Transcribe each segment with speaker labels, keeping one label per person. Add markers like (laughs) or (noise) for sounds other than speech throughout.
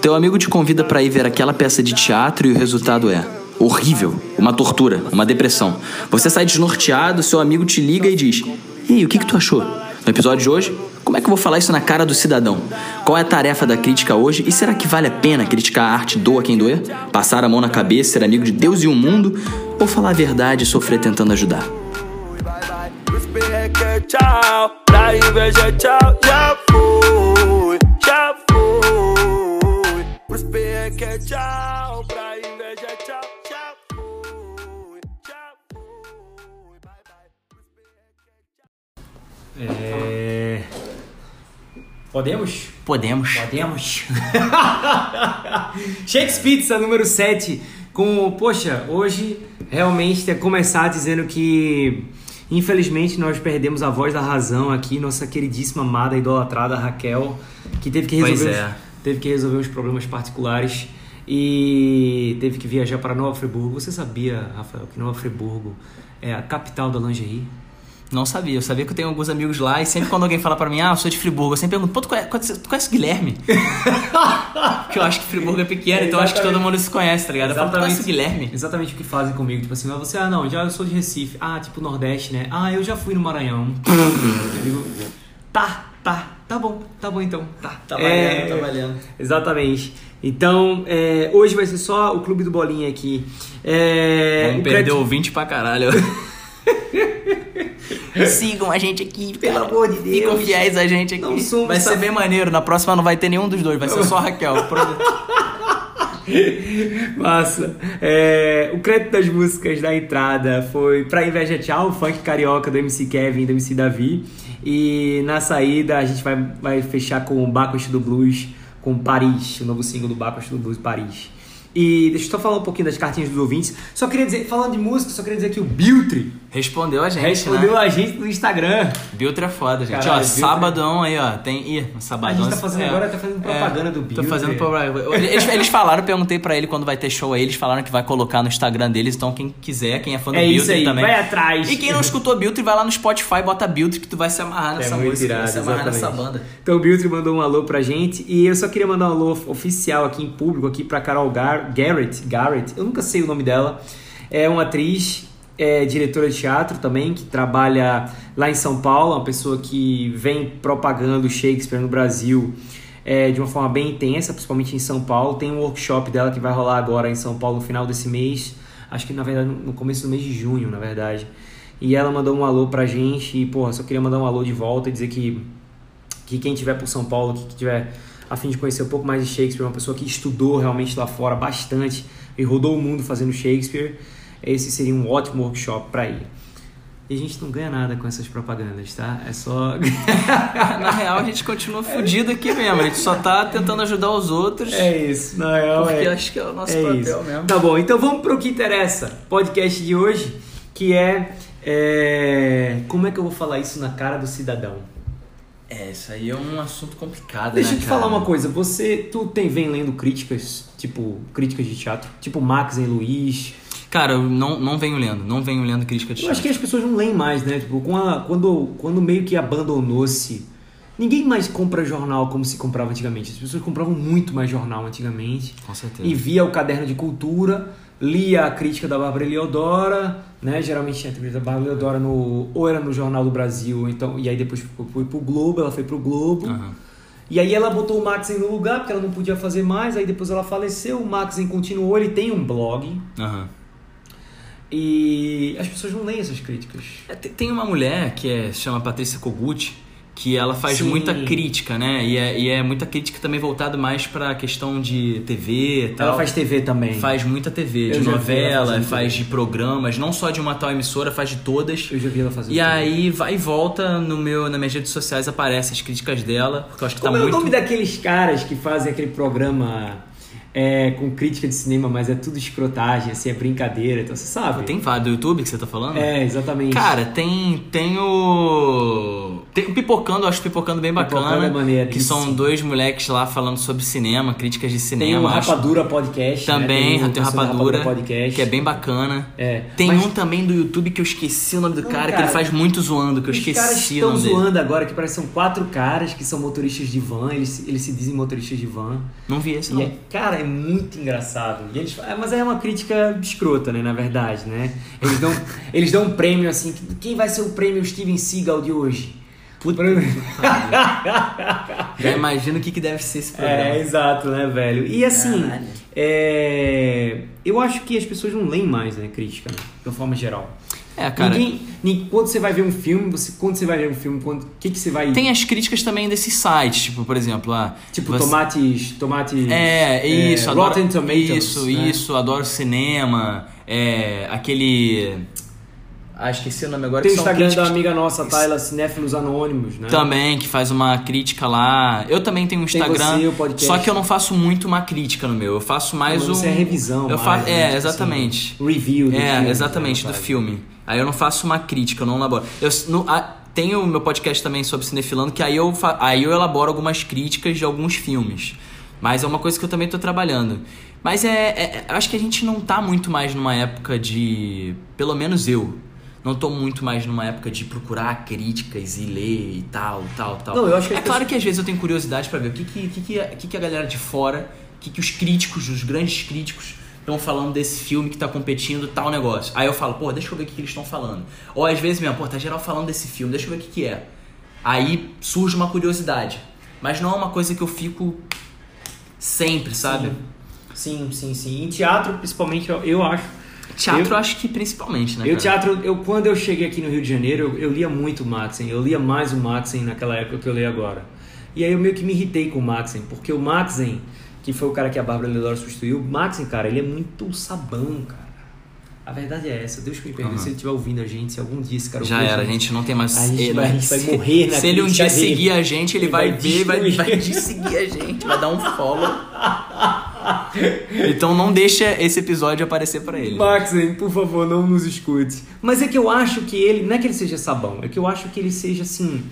Speaker 1: Teu amigo te convida para ir ver aquela peça de teatro e o resultado é horrível, uma tortura, uma depressão. Você sai desnorteado, seu amigo te liga e diz: "Ei, o que que tu achou?" No episódio de hoje, como é que eu vou falar isso na cara do cidadão? Qual é a tarefa da crítica hoje e será que vale a pena criticar a arte doa quem doer? Passar a mão na cabeça, ser amigo de Deus e o mundo ou falar a verdade e sofrer tentando ajudar?
Speaker 2: Cuspe requer é tchau, da inveja tchau, já fui, já fui. Cuspe requer é tchau, pra inveja tchau, já fui, já fui. Bye bye. Cuspe requer tchau.
Speaker 3: É... Podemos?
Speaker 1: Podemos.
Speaker 3: Podemos. (laughs) Shakes Pizza número 7. Com, poxa, hoje realmente é começar dizendo que infelizmente nós perdemos a voz da razão aqui, nossa queridíssima, amada, idolatrada Raquel, que teve que resolver,
Speaker 1: Pois
Speaker 3: uns-
Speaker 1: é.
Speaker 3: teve que resolver uns problemas particulares e teve que viajar para Nova Friburgo. Você sabia, Rafael, que Nova Friburgo é a capital da lingerie?
Speaker 1: Não sabia, eu sabia que eu tenho alguns amigos lá e sempre quando alguém fala pra mim, ah, eu sou de Friburgo, eu sempre pergunto, pô, tu conhece, tu conhece o (laughs) Guilherme? Porque eu acho que Friburgo é pequeno, então eu acho que todo mundo se conhece, tá ligado? Eu falo, tu conhece o Guilherme?
Speaker 3: Exatamente o que fazem comigo. Tipo assim, mas você, ah, não, já eu sou de Recife. Ah, tipo Nordeste, né? Ah, eu já fui
Speaker 1: (laughs)
Speaker 3: no Maranhão. eu digo, tá, tá, tá bom, tá bom então, tá.
Speaker 1: Tá valendo, tá valendo.
Speaker 3: Exatamente. Então, é, hoje vai ser só o Clube do Bolinha aqui. É,
Speaker 1: Vamos
Speaker 3: o
Speaker 1: perder
Speaker 3: crédito-
Speaker 1: ouvinte pra caralho. (laughs) Sigam a gente aqui,
Speaker 3: Pelo
Speaker 1: cara.
Speaker 3: amor de Deus.
Speaker 1: Ficam fiéis a gente aqui.
Speaker 3: Não somos
Speaker 1: vai ser
Speaker 3: saf-
Speaker 1: bem maneiro, na próxima não vai ter nenhum dos dois, vai ser só a (laughs) Raquel. prometo.
Speaker 3: Massa. É, o crédito das músicas da entrada foi Pra Inveja Tchau, funk carioca do MC Kevin e do MC Davi. E na saída a gente vai, vai fechar com o Bacos do Blues com Paris, o novo single do Bacos do Blues Paris. E deixa eu só falar um pouquinho das cartinhas dos ouvintes. Só queria dizer, falando de música, só queria dizer que o Biltre
Speaker 1: Respondeu a gente,
Speaker 3: respondeu
Speaker 1: né?
Speaker 3: a gente no Instagram.
Speaker 1: Biltre é foda, gente.
Speaker 3: Caralho,
Speaker 1: ó,
Speaker 3: Biltre-
Speaker 1: sabadão aí, ó. Tem. Ih, um
Speaker 3: A
Speaker 1: sabadão.
Speaker 3: gente tá fazendo
Speaker 1: é.
Speaker 3: agora, tá fazendo propaganda do Biltre.
Speaker 1: Tô fazendo propaganda.
Speaker 3: (laughs)
Speaker 1: Eles, eles falaram, eu perguntei pra ele quando vai ter show aí, eles falaram que vai colocar no Instagram deles, então quem quiser, quem é fã do
Speaker 3: É
Speaker 1: Biltre
Speaker 3: isso aí,
Speaker 1: também.
Speaker 3: vai atrás.
Speaker 1: E quem não escutou Biltre, vai lá no Spotify, bota Biltre que tu vai se amarrar
Speaker 3: É
Speaker 1: nessa
Speaker 3: muito
Speaker 1: música,
Speaker 3: irado,
Speaker 1: vai se amarrar
Speaker 3: exatamente.
Speaker 1: nessa banda. (laughs)
Speaker 3: Então o Biltre mandou um alô pra gente e eu só queria mandar um alô oficial aqui em público aqui pra Carol Gar Garrett, Garrett, eu nunca sei o nome dela. É uma atriz, é diretora de teatro também, que trabalha lá em São Paulo, uma pessoa que vem propagando Shakespeare no Brasil é, de uma forma bem intensa, principalmente em São Paulo. Tem um workshop dela que vai rolar agora em São Paulo no final desse mês, acho que na verdade no começo do mês de junho, na verdade. E ela mandou um alô pra gente e, porra, só queria mandar um alô de volta e dizer que que quem tiver por São Paulo, que tiver a fim de conhecer um pouco mais de Shakespeare, uma pessoa que estudou realmente lá fora bastante e rodou o mundo fazendo Shakespeare, esse seria um ótimo workshop para ir. E a gente não ganha nada com essas propagandas, tá?
Speaker 1: (laughs)
Speaker 3: É só
Speaker 1: Na real, a gente continua fudido aqui mesmo. A gente só tá tentando ajudar os outros.
Speaker 3: É isso, na real
Speaker 1: Porque
Speaker 3: é.
Speaker 1: acho que é o nosso papel mesmo.
Speaker 3: Tá bom, então vamos pro que interessa. Podcast de hoje, que é, é, Como é que eu vou falar isso na cara do cidadão?
Speaker 1: É, isso aí é um assunto complicado,
Speaker 3: Deixa
Speaker 1: né,
Speaker 3: eu te
Speaker 1: cara?
Speaker 3: falar uma coisa, você. Tu tem, vem lendo críticas, tipo, críticas de teatro, tipo Max em Luiz.
Speaker 1: Cara, eu não, não venho lendo. Não venho lendo crítica de
Speaker 3: Eu acho
Speaker 1: teatro.
Speaker 3: que as pessoas não leem mais, né? Tipo, com a- quando, quando meio que abandonou-se. Ninguém mais compra jornal como se comprava antigamente. As pessoas compravam muito mais jornal antigamente.
Speaker 1: Com certeza.
Speaker 3: E via o caderno de cultura, lia a crítica da Bárbara Eliodora, né? Geralmente tinha a crítica da Bárbara Eliodora no, ou era no Jornal do Brasil, então, e aí depois foi, foi pro Globo, ela foi pro Globo.
Speaker 1: Aham.
Speaker 3: E aí ela botou o Maxen no lugar, porque ela não podia fazer mais, aí depois ela faleceu, o Maxen continuou, ele tem um blog.
Speaker 1: Aham.
Speaker 3: E as pessoas não leem essas críticas.
Speaker 1: É, te- Tem uma mulher que é, se chama Patrícia Kogut, que ela faz
Speaker 3: Sim.
Speaker 1: muita crítica, né? E é, e é muita crítica também voltada mais pra questão de TV e tal.
Speaker 3: Ela faz TV também.
Speaker 1: Então, Faz muita TV,
Speaker 3: Eu
Speaker 1: de
Speaker 3: já vi ela
Speaker 1: novela,
Speaker 3: fazendo
Speaker 1: faz
Speaker 3: TV.
Speaker 1: de programas, não só de uma tal emissora, faz de todas.
Speaker 3: Eu já vi ela fazer.
Speaker 1: E
Speaker 3: isso também.
Speaker 1: aí vai e volta no meu, nas minhas redes sociais aparecem as críticas dela, porque eu acho que
Speaker 3: Como
Speaker 1: tá
Speaker 3: é
Speaker 1: muito.
Speaker 3: o nome daqueles caras que fazem aquele programa é, com crítica de cinema, mas é tudo escrotagem, assim, é brincadeira, então você sabe.
Speaker 1: Tem vários do YouTube que você tá falando?
Speaker 3: É, exatamente.
Speaker 1: Cara, tem, tem o. Tem o Pipocando, eu acho o Pipocando bem bacana.
Speaker 3: Pipocando é maneiro,
Speaker 1: que
Speaker 3: isso.
Speaker 1: são dois moleques lá falando sobre cinema, críticas de cinema.
Speaker 3: Tem o
Speaker 1: acho.
Speaker 3: É Rapadura Podcast. né?
Speaker 1: Também,
Speaker 3: o
Speaker 1: tem o
Speaker 3: pessoal do
Speaker 1: Rapadura,
Speaker 3: Podcast.
Speaker 1: que é bem bacana.
Speaker 3: É,
Speaker 1: Tem
Speaker 3: mas-
Speaker 1: um também do YouTube que eu esqueci o nome do
Speaker 3: Não,
Speaker 1: cara, que
Speaker 3: cara,
Speaker 1: ele faz muito zoando, que eu
Speaker 3: Os
Speaker 1: esqueci
Speaker 3: caras
Speaker 1: o
Speaker 3: estão
Speaker 1: nome dele.
Speaker 3: zoando agora, que parece que são quatro caras que são motoristas de van, eles, se- eles se dizem motoristas de van.
Speaker 1: Não vi esse
Speaker 3: E
Speaker 1: não.
Speaker 3: é- cara, é muito engraçado. E eles, é, mas é uma crítica escrota, né, na verdade, né?
Speaker 1: (laughs)
Speaker 3: Eles dão, eles dão um prêmio assim, que- quem vai ser o prêmio Steven Seagal de hoje? Puta, (laughs)
Speaker 1: Já imagino o que, que deve ser esse programa.
Speaker 3: É, exato, né, velho? E assim,
Speaker 1: Caralho.
Speaker 3: é, eu acho que as pessoas não leem mais, né, crítica, né, de uma forma geral.
Speaker 1: É, cara.
Speaker 3: Ninguém, nin- quando você vai ver um filme, você, quando você vai ver um filme, quando- o que, que você vai.
Speaker 1: Tem as críticas também desses sites, tipo, por exemplo, ah,
Speaker 3: Tipo,
Speaker 1: você-
Speaker 3: tomates. Tomates.
Speaker 1: É, isso, adoro.
Speaker 3: Rotten Tomatoes.
Speaker 1: Isso,
Speaker 3: né?
Speaker 1: isso, adoro cinema. É, aquele. Ah, esqueci o nome agora.
Speaker 3: Tem o
Speaker 1: que são
Speaker 3: Instagram da
Speaker 1: críticas-
Speaker 3: amiga nossa, Tayla Cinéfilos Anônimos, né?
Speaker 1: Também, que faz uma crítica lá. Eu também tenho um
Speaker 3: Tem
Speaker 1: Instagram.
Speaker 3: você, o podcast.
Speaker 1: só que eu não faço muito uma crítica no meu. Eu faço mais
Speaker 3: Mas
Speaker 1: um.
Speaker 3: Isso é revisão,
Speaker 1: Eu
Speaker 3: mais,
Speaker 1: faço.
Speaker 3: né?
Speaker 1: É,
Speaker 3: Tipo
Speaker 1: exatamente.
Speaker 3: assim, review do
Speaker 1: é,
Speaker 3: filme,
Speaker 1: exatamente,
Speaker 3: né,
Speaker 1: do
Speaker 3: sabe?
Speaker 1: filme. Aí eu não faço uma crítica, eu não elaboro. Eu, s- no, a- tem o meu podcast também sobre cinefilando, que aí eu, fa- aí eu elaboro algumas críticas de alguns filmes. Mas é uma coisa que eu também tô trabalhando. Mas é, é- é- Acho que a gente não tá muito mais numa época de. Pelo menos eu. Não tô muito mais numa época de procurar críticas e ler e tal, tal, tal.
Speaker 3: Não, eu acho que
Speaker 1: é
Speaker 3: as
Speaker 1: claro que às vezes eu tenho curiosidade pra ver o que, que, que, que, a- que que a galera de fora, o que, que os críticos, os grandes críticos, estão falando desse filme que tá competindo tal negócio. Aí eu falo, pô, deixa eu ver o que, que eles estão falando. Ou às vezes mesmo, pô, tá geral falando desse filme, deixa eu ver o que, que é. Aí surge uma curiosidade. Mas não é uma coisa que eu fico sempre, sabe?
Speaker 3: Sim, sim, sim. Em teatro, principalmente, eu, eu acho.
Speaker 1: Teatro, eu acho que principalmente, né?
Speaker 3: Eu
Speaker 1: cara?
Speaker 3: teatro, eu, quando eu cheguei aqui no Rio de Janeiro, eu, eu lia muito o Maxen. Eu lia mais o Maxen naquela época que eu leio agora. E aí eu meio que me irritei com o Maxen, porque o Maxen, que foi o cara que a Bárbara Lidoro substituiu, o Maxen, cara, ele é muito sabão, cara. A verdade é essa. Deus que me perdoe se ele estiver ouvindo a gente, se algum dia esse cara
Speaker 1: Já
Speaker 3: ouvir,
Speaker 1: era, a gente não tem mais.
Speaker 3: A gente
Speaker 1: ele-
Speaker 3: vai- a gente vai morrer na
Speaker 1: Se ele um dia
Speaker 3: crítica dele.
Speaker 1: seguir a gente, ele
Speaker 3: Ele
Speaker 1: vai,
Speaker 3: vai
Speaker 1: ver, vai,
Speaker 3: destruir.
Speaker 1: vai seguir a gente, vai dar um follow. então não deixa esse episódio aparecer pra ele.
Speaker 3: Maxen, por favor, não nos escute. Mas é que eu acho que ele, não é que ele seja sabão, é que eu acho que ele seja assim.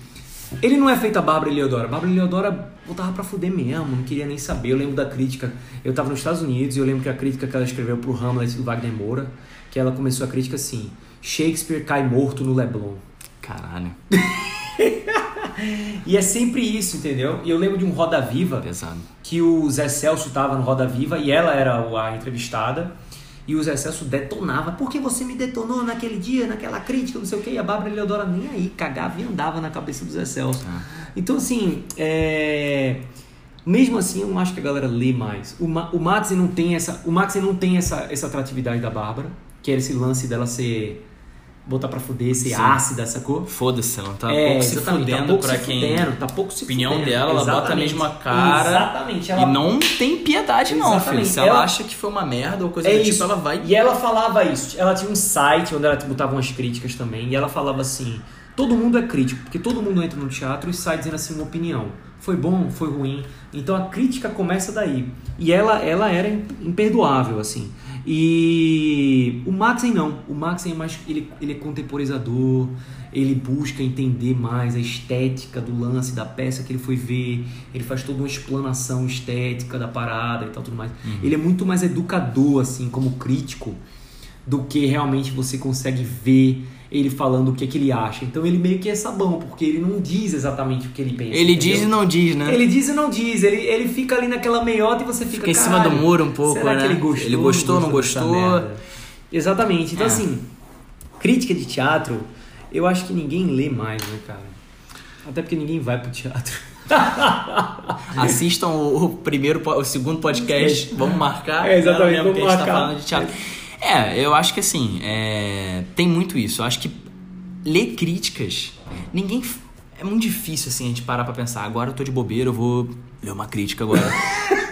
Speaker 3: Ele não é feito a Bárbara Eleodora. A Bárbara Eleodora botava pra fuder mesmo, não queria nem saber. Eu lembro da crítica. Eu tava nos Estados Unidos e eu lembro que a crítica que ela escreveu pro Hamlet do Wagner Moura, que ela começou a crítica assim: Shakespeare cai morto no Leblon.
Speaker 1: Caralho,
Speaker 3: E é sempre isso, entendeu? E eu lembro de um Roda Viva.
Speaker 1: pesado.
Speaker 3: que o Zé Celso tava no Roda Viva e ela era o- a entrevistada. E o Zé Celso detonava. Por que você me detonou naquele dia, naquela crítica, não sei o quê? E a Bárbara Leodora nem aí, cagava e andava na cabeça do Zé Celso.
Speaker 1: Ah.
Speaker 3: Então, assim, é... mesmo assim, eu não acho que a galera lê mais. O, Ma... o Max não tem, essa... O Max não tem essa... essa atratividade da Bárbara, que era esse lance dela ser... Botar pra fuder, ser
Speaker 1: Sim.
Speaker 3: ácida, sacou?
Speaker 1: Foda-se, ela tá
Speaker 3: É,
Speaker 1: pouco se
Speaker 3: exatamente, tá
Speaker 1: fudendo
Speaker 3: pouco
Speaker 1: pra
Speaker 3: se
Speaker 1: quem.
Speaker 3: fudendo, tá pouco se
Speaker 1: opinião
Speaker 3: fudendo,
Speaker 1: dela, ela bota a
Speaker 3: exatamente.
Speaker 1: mesma cara.
Speaker 3: Exatamente, ela-
Speaker 1: E não tem piedade, não, filho.
Speaker 3: Exatamente,
Speaker 1: Se ela,
Speaker 3: ela-
Speaker 1: acha que foi uma merda ou coisa
Speaker 3: É
Speaker 1: do
Speaker 3: isso.
Speaker 1: tipo, ela vai.
Speaker 3: E ela falava isso. Ela tinha um site onde ela botava umas críticas também. E ela falava assim: todo mundo é crítico, porque todo mundo entra no teatro e sai dizendo assim uma opinião. Foi bom, foi ruim. Então a crítica começa daí. E ela, ela era imperdoável, assim. E o Maxen não. O Maxen é mais. Ele, ele é contemporizador, ele busca entender mais a estética do lance, da peça que ele foi ver. Ele faz toda uma explanação estética da parada e tal, tudo mais. Ele é muito mais educador, assim, como crítico, do que realmente você consegue ver ele falando o que, que ele acha. Então ele meio que é sabão, porque ele não diz exatamente o que ele pensa.
Speaker 1: Ele diz e
Speaker 3: é entendeu?
Speaker 1: não diz, né?
Speaker 3: Ele diz e não diz, ele, ele fica ali naquela meiota e você fica.
Speaker 1: Fica em cima do
Speaker 3: "Caralho,
Speaker 1: muro um pouco,
Speaker 3: será
Speaker 1: né?
Speaker 3: Que ele gostou,
Speaker 1: Ele gostou, não
Speaker 3: dessa
Speaker 1: gostou?"
Speaker 3: merda? Exatamente. Então,
Speaker 1: É.
Speaker 3: assim, crítica de teatro, eu acho que ninguém lê mais, né, cara? Até porque ninguém vai pro teatro.
Speaker 1: Assistam o, o primeiro, po- o segundo podcast. Vamos marcar.
Speaker 3: É, exatamente,
Speaker 1: Era mesmo que
Speaker 3: vamos
Speaker 1: a gente tá
Speaker 3: marcar.
Speaker 1: falando de teatro. É, eu acho que assim, é, tem muito isso. Eu acho que ler críticas, ninguém. f- É muito difícil assim a gente parar pra pensar. Agora eu tô de bobeira, eu vou ler uma crítica
Speaker 3: (laughs)
Speaker 1: agora.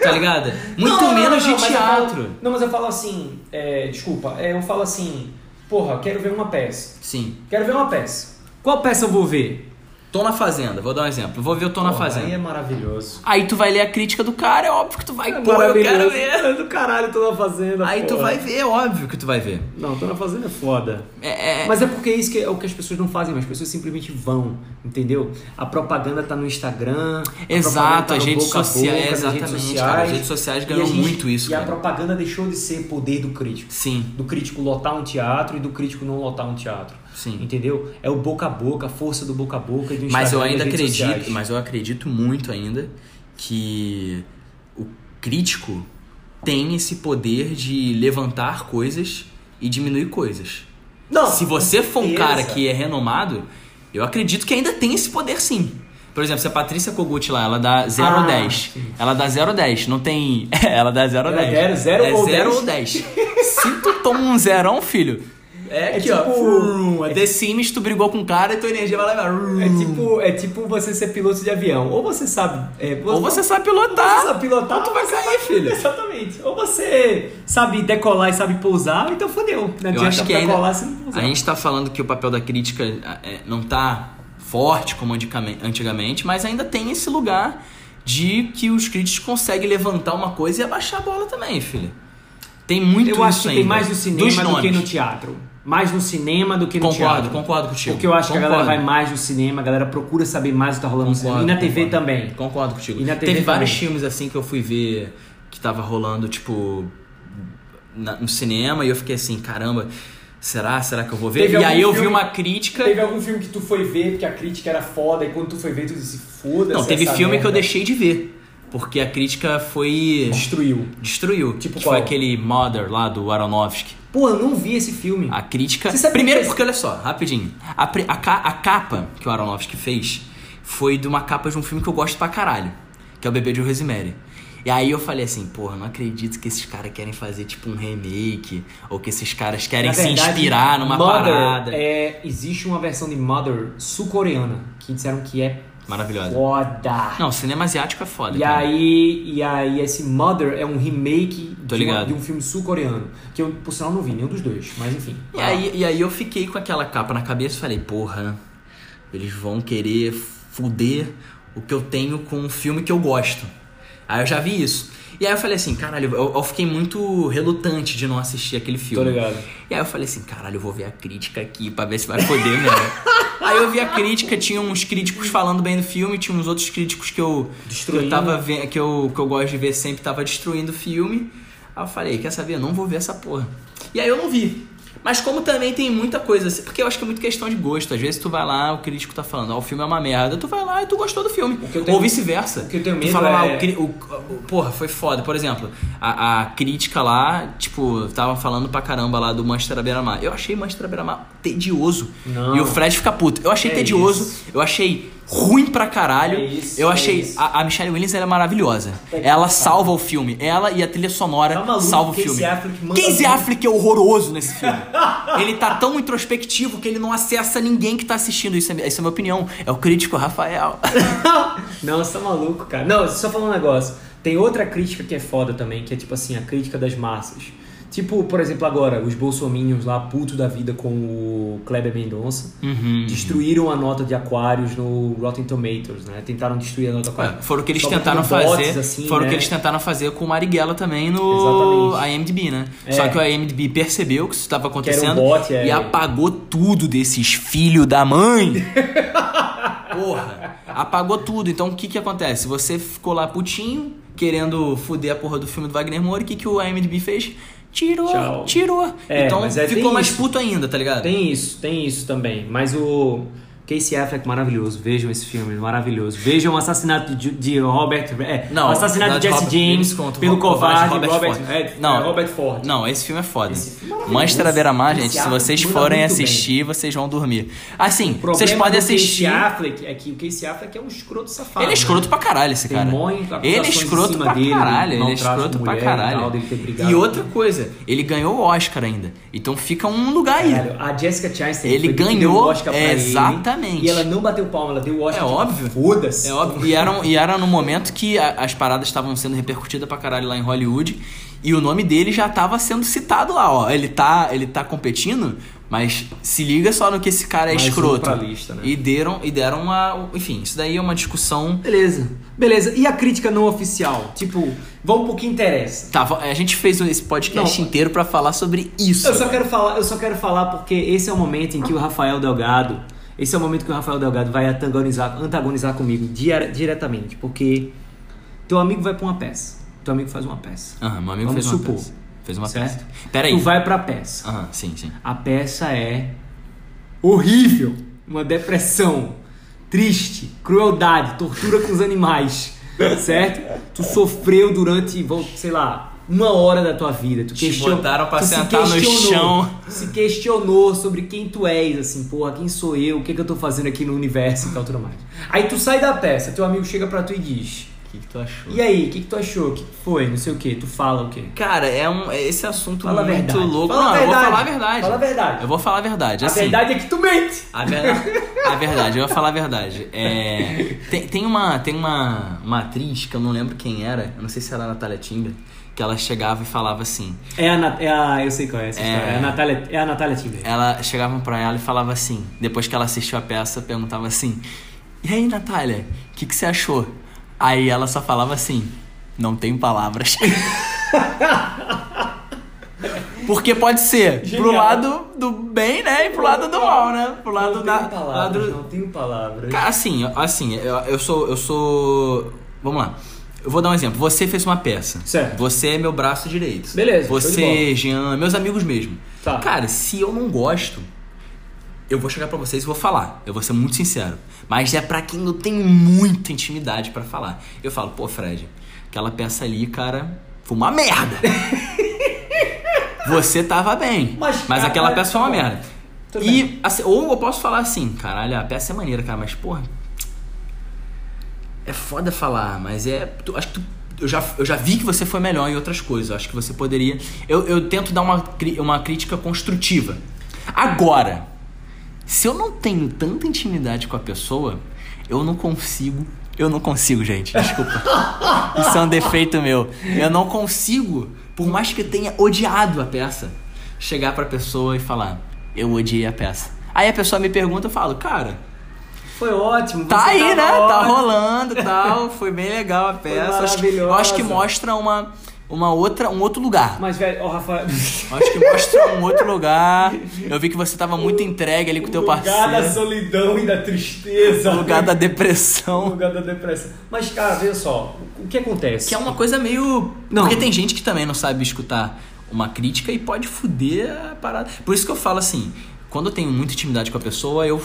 Speaker 1: tá ligado? (laughs) Muito
Speaker 3: Não, não,
Speaker 1: menos
Speaker 3: não, não,
Speaker 1: de
Speaker 3: mas eu falo-
Speaker 1: teatro.
Speaker 3: não, mas eu falo assim, é, desculpa, é, eu falo assim, porra, quero ver uma peça.
Speaker 1: Sim.
Speaker 3: Quero ver uma peça. Qual peça eu vou ver?
Speaker 1: Tô na Fazenda, vou dar um exemplo. Vou ver o Tô na
Speaker 3: Porra,
Speaker 1: Fazenda.
Speaker 3: Aí é maravilhoso.
Speaker 1: Aí tu vai ler a crítica do cara, é óbvio que tu vai,
Speaker 3: É
Speaker 1: pô, eu quero
Speaker 3: maravilhoso.
Speaker 1: ver.
Speaker 3: É (laughs) do caralho, tô na fazenda.
Speaker 1: Aí tu
Speaker 3: porra.
Speaker 1: vai ver, é óbvio que tu vai ver.
Speaker 3: Não, tô na fazenda é foda.
Speaker 1: É, é-
Speaker 3: Mas é porque isso que é o que as pessoas não fazem, mas as pessoas simplesmente vão, entendeu? A propaganda tá no Instagram. a propaganda
Speaker 1: Exato,
Speaker 3: tá
Speaker 1: as
Speaker 3: no
Speaker 1: redes
Speaker 3: boca a
Speaker 1: sociais,
Speaker 3: boca, nas
Speaker 1: exatamente,
Speaker 3: redes sociais.
Speaker 1: cara, as redes sociais
Speaker 3: E
Speaker 1: ganham
Speaker 3: a gente-
Speaker 1: muito isso,
Speaker 3: E a
Speaker 1: cara.
Speaker 3: propaganda deixou de ser poder do crítico.
Speaker 1: Sim.
Speaker 3: Do crítico lotar um teatro e do crítico não lotar um teatro.
Speaker 1: Sim.
Speaker 3: Entendeu? É o boca a boca, a força do boca a boca e do Instagram.
Speaker 1: Mas eu
Speaker 3: e das
Speaker 1: ainda
Speaker 3: tá redes
Speaker 1: acredito,
Speaker 3: sociais.
Speaker 1: mas eu acredito muito ainda que o crítico tem esse poder de levantar coisas e diminuir coisas.
Speaker 3: Não,
Speaker 1: Se você for um
Speaker 3: certeza.
Speaker 1: cara que é renomado, eu acredito que ainda tem esse poder sim. Por exemplo, se a Patrícia Kogut lá, ela dá 0
Speaker 3: Ah,
Speaker 1: a 10.
Speaker 3: sim.
Speaker 1: Ela dá 0 a 10. Não tem. (laughs) É, ela dá 0 a
Speaker 3: Ela
Speaker 1: 10.
Speaker 3: dá zero
Speaker 1: é
Speaker 3: ou
Speaker 1: 0 ou
Speaker 3: dez?
Speaker 1: 10. se tu toma um zerão, filho. (laughs) É
Speaker 3: É
Speaker 1: aqui, ó.
Speaker 3: tipo-
Speaker 1: Frum, É The Sims, tu brigou com o cara e tua energia vai lá. e vai, frum.
Speaker 3: É tipo, é tipo você ser piloto de avião. Ou você sabe. é,
Speaker 1: Ou você sabe
Speaker 3: Ou
Speaker 1: pilotar.
Speaker 3: você sabe pilotar,
Speaker 1: ou tu vai
Speaker 3: você
Speaker 1: cair,
Speaker 3: sabe-
Speaker 1: filho.
Speaker 3: (laughs) Exatamente. Ou você sabe decolar e sabe pousar, ou então fodeu. Não
Speaker 1: Eu
Speaker 3: adianta
Speaker 1: acho que ainda,
Speaker 3: decolar se não pousar.
Speaker 1: a gente tá falando que o papel da crítica é, não tá forte como anticame- antigamente, mas ainda tem esse lugar de que os críticos conseguem levantar uma coisa e abaixar a bola também, filho. Tem muito
Speaker 3: eu acho
Speaker 1: isso
Speaker 3: que
Speaker 1: ainda.
Speaker 3: tem mais no
Speaker 1: Dos
Speaker 3: cinema do que
Speaker 1: nomes.
Speaker 3: no teatro. Mais no cinema do que no
Speaker 1: Concordo,
Speaker 3: teatro.
Speaker 1: concordo contigo.
Speaker 3: Porque eu acho que a galera
Speaker 1: Concordo.
Speaker 3: vai mais no cinema, a galera procura saber mais o que tá rolando no cinema. E na TV
Speaker 1: concordo.
Speaker 3: também.
Speaker 1: Concordo contigo.
Speaker 3: E na TV
Speaker 1: Teve vários
Speaker 3: também.
Speaker 1: filmes assim que eu fui ver que tava rolando, tipo, na- no cinema e eu fiquei assim, caramba, será? Será que eu vou ver?
Speaker 3: Teve
Speaker 1: e
Speaker 3: algum
Speaker 1: aí eu vi
Speaker 3: filme-
Speaker 1: uma crítica.
Speaker 3: Teve algum filme que tu foi ver porque a crítica era foda e quando tu foi ver tu disse foda-se.
Speaker 1: Não, teve
Speaker 3: essa
Speaker 1: filme que eu
Speaker 3: merda".
Speaker 1: deixei de ver. Porque a crítica foi.
Speaker 3: Destruiu.
Speaker 1: Destruiu.
Speaker 3: Tipo
Speaker 1: que
Speaker 3: qual?
Speaker 1: Foi aquele Mother lá do Aronofsky.
Speaker 3: Pô, eu não vi esse filme.
Speaker 1: A crítica.
Speaker 3: Você sabe
Speaker 1: Primeiro,
Speaker 3: que-
Speaker 1: porque olha só, rapidinho. A, pri- a ca- a capa que o Aronofsky fez foi de uma capa de um filme que eu gosto pra caralho, que é o Bebê de Rosemary. E aí eu falei assim, porra, não acredito que esses caras querem fazer tipo um remake, ou que esses caras querem
Speaker 3: Na
Speaker 1: se
Speaker 3: verdade,
Speaker 1: inspirar numa
Speaker 3: Mother
Speaker 1: parada.
Speaker 3: É, existe uma versão de Mother sul-coreana que disseram que é
Speaker 1: Maravilhosa.
Speaker 3: foda.
Speaker 1: Não, cinema asiático é foda.
Speaker 3: E
Speaker 1: cara.
Speaker 3: aí, e aí esse Mother é um remake
Speaker 1: Tô
Speaker 3: de, uma-
Speaker 1: ligado.
Speaker 3: de um filme sul-coreano. Que eu, por sinal, não vi nenhum dos dois, mas enfim.
Speaker 1: E aí, e aí eu fiquei com aquela capa na cabeça e falei, porra, eles vão querer fuder o que eu tenho com um filme que eu gosto. Aí eu já vi isso. E aí eu falei assim, caralho, eu, eu fiquei muito relutante de não assistir aquele filme.
Speaker 3: Tô ligado.
Speaker 1: E aí eu falei assim, caralho, eu vou ver a crítica aqui pra ver se vai foder mesmo.
Speaker 3: (laughs)
Speaker 1: aí eu vi a crítica, tinha uns críticos falando bem do filme, tinha uns outros críticos que eu, que eu
Speaker 3: Destruindo.
Speaker 1: tava ve- que eu, que eu gosto de ver sempre tava destruindo o filme. Aí eu falei, quer saber? Eu não vou ver essa porra. E aí eu não vi. Mas como também tem muita coisa, assim, porque eu acho que é muito questão de gosto. Às vezes tu vai lá, o crítico tá falando, ó, o filme é uma merda, tu vai lá e tu gostou do filme.
Speaker 3: que eu tenho-
Speaker 1: Ou vice-versa.
Speaker 3: o que eu tenho
Speaker 1: tu
Speaker 3: medo
Speaker 1: fala lá,
Speaker 3: é-
Speaker 1: o, cri- o- o- porra, foi foda. Por exemplo, a, a crítica lá, tipo, tava falando pra caramba lá do Manchester à Beira-Mar. Eu achei Manchester à Beira-Mar tedioso.
Speaker 3: Não.
Speaker 1: E o Fred fica puto. Eu achei
Speaker 3: É
Speaker 1: tedioso,
Speaker 3: isso.
Speaker 1: eu achei ruim pra caralho.
Speaker 3: É isso,
Speaker 1: eu
Speaker 3: é
Speaker 1: achei
Speaker 3: isso.
Speaker 1: a, a Michelle Williams ela é maravilhosa.
Speaker 3: Tá que
Speaker 1: Ela
Speaker 3: pariu.
Speaker 1: salva o filme. Ela e a trilha sonora
Speaker 3: Tá maluco,
Speaker 1: salva o
Speaker 3: Casey
Speaker 1: filme.
Speaker 3: Affleck manda
Speaker 1: Casey
Speaker 3: bem.
Speaker 1: Affleck é horroroso nesse
Speaker 3: (laughs)
Speaker 1: filme. ele tá tão introspectivo que ele não acessa ninguém que tá assistindo. Isso é, essa é a minha opinião. É o crítico Rafael.
Speaker 3: Não, você tá maluco, cara. Não, só falar um negócio. Tem outra crítica que é foda também, que é tipo assim, a crítica das massas. Tipo, por exemplo, agora, os bolsominions lá, puto da vida com o Kleber Mendonça,
Speaker 1: Uhum.
Speaker 3: destruíram a nota de aquários no Rotten Tomatoes, né? Tentaram destruir a nota de aquários.
Speaker 1: É, Foram o que eles
Speaker 3: Só
Speaker 1: tentaram
Speaker 3: botando bots,
Speaker 1: fazer.
Speaker 3: assim,
Speaker 1: foram o que
Speaker 3: né?
Speaker 1: eles tentaram fazer com o Marighella também no
Speaker 3: Exatamente.
Speaker 1: IMDB, né?
Speaker 3: É.
Speaker 1: Só que o IMDB percebeu que isso estava acontecendo
Speaker 3: bot, é.
Speaker 1: e apagou tudo desses filhos da
Speaker 3: (laughs)
Speaker 1: mãe. porra, apagou tudo. Então o que que acontece? Você ficou lá putinho, querendo fuder a porra do filme do Wagner Moura, o que que o IMDB fez? Tirou,
Speaker 3: Tchau.
Speaker 1: tirou.
Speaker 3: É,
Speaker 1: então
Speaker 3: mas é,
Speaker 1: ficou
Speaker 3: tem
Speaker 1: mais
Speaker 3: isso.
Speaker 1: puto ainda, tá ligado?
Speaker 3: Tem isso, tem isso também. Mas o Casey Affleck maravilhoso. Vejam esse filme, maravilhoso. Vejam o assassinato de, de Robert. É,
Speaker 1: Não,
Speaker 3: o assassinato de Jesse
Speaker 1: Robert
Speaker 3: James
Speaker 1: Williams contra o
Speaker 3: pelo
Speaker 1: Ro-
Speaker 3: covarde
Speaker 1: Robert
Speaker 3: Robert,
Speaker 1: Ford.
Speaker 3: é,
Speaker 1: Não.
Speaker 3: é, Robert Ford.
Speaker 1: Não, esse filme é foda.
Speaker 3: filme é maravilhoso.
Speaker 1: Manchester à beira-mar, gente,
Speaker 3: Esse
Speaker 1: se
Speaker 3: ator
Speaker 1: vocês
Speaker 3: manda
Speaker 1: forem
Speaker 3: muito bem.
Speaker 1: assistir, vocês vão dormir. Assim,
Speaker 3: O problema é
Speaker 1: vocês podem
Speaker 3: do Casey
Speaker 1: assistir.
Speaker 3: Affleck é que o Casey Affleck é um escroto safado.
Speaker 1: Ele é escroto
Speaker 3: né?
Speaker 1: pra caralho, esse
Speaker 3: Tem
Speaker 1: cara.
Speaker 3: muitas acusações
Speaker 1: Ele é
Speaker 3: em
Speaker 1: escroto
Speaker 3: cima
Speaker 1: pra
Speaker 3: dele,
Speaker 1: caralho. Ele é
Speaker 3: maltrato de
Speaker 1: escroto pra
Speaker 3: mulher e tal,
Speaker 1: caralho.
Speaker 3: dele ter brigado.
Speaker 1: E outra coisa, ele ganhou o Oscar ainda. Então fica um lugar aí.
Speaker 3: Caralho, a Jessica Chastain
Speaker 1: Ele
Speaker 3: foi quem
Speaker 1: ganhou,
Speaker 3: deu o Oscar pra ele,
Speaker 1: exatamente.
Speaker 3: e ela não bateu palma, ela deu o Oscar.
Speaker 1: É
Speaker 3: tipo,
Speaker 1: óbvio.
Speaker 3: Foda-se.
Speaker 1: É óbvio. E era, e era no momento que a- as paradas estavam sendo repercutidas pra caralho lá em Hollywood. E o nome dele já tava sendo citado lá, ó. Ele tá, ele tá competindo, Mas se liga só no que esse cara é
Speaker 3: Mais um
Speaker 1: escroto.
Speaker 3: pra lista, né?
Speaker 1: E deram, e deram uma. Enfim, isso daí é uma discussão.
Speaker 3: Beleza. Beleza. E a crítica não oficial? Tipo, vamos pro que interessa.
Speaker 1: Tá, va- a gente fez esse podcast
Speaker 3: Não.
Speaker 1: inteiro pra falar sobre isso. né?
Speaker 3: Eu só quero falar, eu só quero falar porque esse é o momento em que o Rafael Delgado, esse é o momento que o Rafael Delgado vai antagonizar, antagonizar comigo dia- diretamente, porque teu amigo vai pra uma peça. Teu amigo faz uma peça.
Speaker 1: Aham, meu amigo
Speaker 3: Vamos
Speaker 1: fez uma
Speaker 3: supor.
Speaker 1: peça. Fez uma
Speaker 3: certo?
Speaker 1: peça. Pera aí.
Speaker 3: Tu vai pra peça.
Speaker 1: Aham, sim, sim.
Speaker 3: A peça é horrível, uma depressão, triste, crueldade, tortura com os animais, certo? Tu sofreu durante, vou- sei lá, uma hora da tua vida. Tu
Speaker 1: Te
Speaker 3: question-
Speaker 1: botaram pra
Speaker 3: tu se
Speaker 1: sentar no
Speaker 3: questionou,
Speaker 1: chão.
Speaker 3: tu Se questionou sobre quem tu és, assim, porra, quem sou eu, o que, é que eu tô fazendo aqui no universo e tal, tudo mais. Aí tu sai da peça, teu amigo chega pra tu e diz:
Speaker 1: O que, que tu achou?
Speaker 3: E aí, o que, que tu achou? O que que foi? Não sei o que. Tu fala o quê?
Speaker 1: Cara, é um, é esse assunto
Speaker 3: Fala a
Speaker 1: muito
Speaker 3: verdade.
Speaker 1: louco.
Speaker 3: Fala a
Speaker 1: Não, eu vou
Speaker 3: verdade.
Speaker 1: falar a verdade.
Speaker 3: Fala a verdade.
Speaker 1: Eu vou falar a verdade.
Speaker 3: A
Speaker 1: assim,
Speaker 3: verdade é que tu mente!
Speaker 1: A verdade, a verdade, eu vou falar a verdade. É, tem, tem uma, tem uma, uma atriz que eu não lembro quem era, eu não sei se era a Natália Timber, que ela chegava e falava assim.
Speaker 3: É a, Nat- é a. Eu sei qual é essa
Speaker 1: É.
Speaker 3: história. É a Natália, é a Natália Timber.
Speaker 1: Ela chegavam pra ela e falava assim, depois que ela assistiu a peça, perguntava assim: E aí, Natália, o que, que você achou? Aí ela só falava assim: Não tenho palavras. (laughs) Porque pode ser
Speaker 3: Genial.
Speaker 1: pro lado do bem, né? E pro lado do mal, né? Pro lado
Speaker 3: não
Speaker 1: da.
Speaker 3: tenho palavras,
Speaker 1: lado-
Speaker 3: não tenho palavras.
Speaker 1: Cara, assim, assim, eu, eu sou. Eu sou. Vamos lá. Eu vou dar um exemplo. Você fez uma peça.
Speaker 3: Certo.
Speaker 1: Você é meu braço direito.
Speaker 3: Beleza, show de
Speaker 1: Você, Jean, meus amigos mesmo.
Speaker 3: Tá.
Speaker 1: Cara, se eu não gosto, eu vou chegar pra vocês e vou falar. Eu vou ser muito sincero. Mas é pra quem eu tenho muita intimidade pra falar. Eu falo, pô, Fred, aquela peça ali, cara, foi uma
Speaker 3: (laughs)
Speaker 1: merda. Você tava bem.
Speaker 3: Mas,
Speaker 1: Mas,
Speaker 3: cara,
Speaker 1: aquela peça foi uma
Speaker 3: tá bom.
Speaker 1: merda.
Speaker 3: Tudo
Speaker 1: E, assim, ou eu posso falar assim, caralho, a peça é maneira, cara, mas porra. É foda falar, mas é. tu- acho que tu- eu, já, eu já vi que você foi melhor em outras coisas. eu Acho que você poderia. Eu, eu tento dar uma, cri- uma crítica construtiva. Agora, se eu não tenho tanta intimidade com a pessoa, eu não consigo. Eu não consigo, gente. Desculpa. Isso é um defeito meu. Eu não consigo, por mais que eu tenha odiado a peça, chegar pra pessoa e falar, eu odiei a peça. Aí a pessoa me pergunta, eu falo, cara,
Speaker 3: Foi ótimo.
Speaker 1: tá
Speaker 3: você
Speaker 1: aí,
Speaker 3: tava
Speaker 1: né? Tá
Speaker 3: ótimo.
Speaker 1: rolando e
Speaker 3: (laughs)
Speaker 1: tal. Foi bem legal a peça. Acho que- Eu acho que
Speaker 3: maravilhosa.
Speaker 1: mostra uma, uma outra, um outro lugar.
Speaker 3: Mas, velho, ó,
Speaker 1: (laughs)
Speaker 3: Rafael.
Speaker 1: Acho que mostra um outro lugar. Eu vi que você tava muito entregue ali com o teu
Speaker 3: Lugar da
Speaker 1: parceiro.
Speaker 3: solidão e da tristeza.
Speaker 1: Lugar da depressão.
Speaker 3: Lugar da depressão. Mas, cara, veja só. O que acontece?
Speaker 1: Que é uma coisa meio.
Speaker 3: Não.
Speaker 1: Porque tem gente que também não sabe escutar uma crítica e pode fuder a parada. Por isso que eu falo assim, quando eu tenho muita intimidade com a pessoa, eu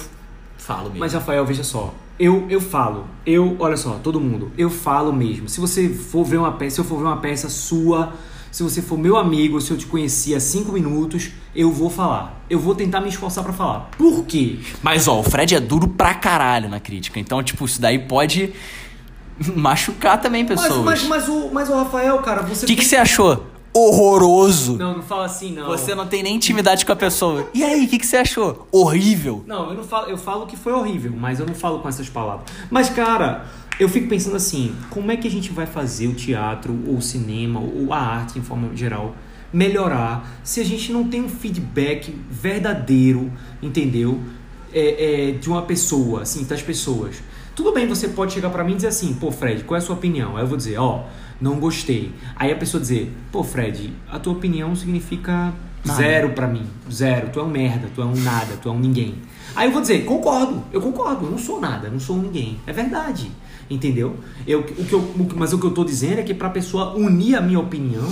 Speaker 1: falo mesmo.
Speaker 3: Mas, Rafael, veja só. Eu, eu falo. Eu, olha só, todo mundo. Eu falo mesmo. Se você for ver uma peça, se eu for ver uma peça sua, se você for meu amigo, se eu te conheci há cinco minutos, eu vou falar. Eu vou tentar me esforçar pra falar. Por quê?
Speaker 1: Mas ó, o Fred é duro pra caralho na crítica. Então, tipo, isso daí pode (laughs) machucar também
Speaker 3: Mas,
Speaker 1: pessoas.
Speaker 3: mas, mas, o, mas o Rafael, cara, você.
Speaker 1: O que, que
Speaker 3: tem-
Speaker 1: você achou? Horroroso!
Speaker 3: Não, não fala assim, não.
Speaker 1: Você não tem nem intimidade com a pessoa. E aí, o que, que você achou? Horrível!
Speaker 3: Não, eu não falo, eu falo que foi horrível, mas eu não falo com essas palavras. Mas, cara, eu fico pensando assim, como é que a gente vai fazer o teatro, ou o cinema, ou a arte em forma geral melhorar se a gente não tem um feedback verdadeiro, entendeu? É, é, de uma pessoa, assim, das pessoas. Tudo bem, você pode chegar pra mim e dizer assim, pô, Fred, qual é a sua opinião? Aí eu vou dizer, ó, não gostei. Aí a pessoa dizer, pô, Fred, a tua opinião significa
Speaker 1: Nada.
Speaker 3: zero zero pra mim. Zero. Tu é um merda, tu é um nada, tu é um ninguém. Aí eu vou dizer, concordo, eu concordo, eu não sou nada, eu não sou um ninguém. É verdade. Entendeu? Eu, o que eu, o que- mas o que eu tô dizendo é que pra pessoa unir a minha opinião,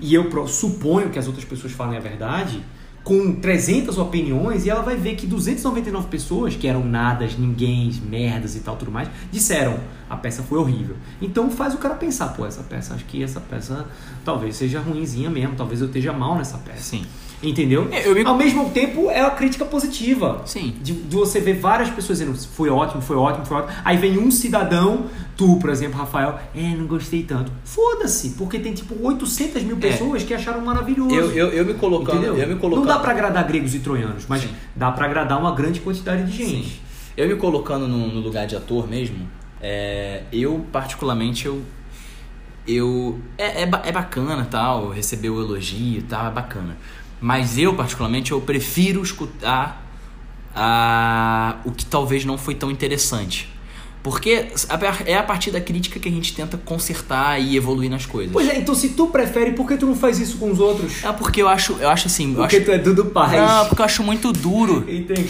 Speaker 3: e eu pro- suponho que as outras pessoas falem a verdade, com 300 opiniões, e ela vai ver que 299 pessoas, que eram nadas, ninguém, merdas e tal, tudo mais, disseram, a peça foi horrível. Então faz o cara pensar, pô, essa peça, acho que essa peça talvez seja ruinzinha mesmo, talvez eu esteja mal nessa peça.
Speaker 1: Sim.
Speaker 3: Entendeu?
Speaker 1: É, eu me-
Speaker 3: Ao mesmo tempo, é uma crítica positiva.
Speaker 1: Sim.
Speaker 3: De, de você ver várias pessoas dizendo foi ótimo, foi ótimo, foi ótimo. Aí vem um cidadão, tu, por exemplo, Rafael, é, não gostei tanto. Foda-se, porque tem tipo 800
Speaker 1: É.
Speaker 3: mil pessoas que acharam maravilhoso.
Speaker 1: me
Speaker 3: Entendeu? Não dá pra agradar gregos e troianos, mas
Speaker 1: Sim.
Speaker 3: dá pra agradar uma grande quantidade de
Speaker 1: Sim.
Speaker 3: gente.
Speaker 1: Eu me colocando no, no lugar de ator mesmo, é, eu particularmente eu eu é, é, ba- é bacana tal receber o elogio e tal é bacana. Mas eu, particularmente, eu prefiro escutar a, o que talvez não foi tão interessante. Porque é a partir da crítica que a gente tenta consertar e evoluir nas coisas.
Speaker 3: Pois é, então se tu prefere, por que tu não faz isso com os outros?
Speaker 1: É porque eu acho, eu acho assim. Eu
Speaker 3: Porque
Speaker 1: acho...
Speaker 3: tu é Dudu Paz.
Speaker 1: Não, porque eu acho muito duro.
Speaker 3: Entendi.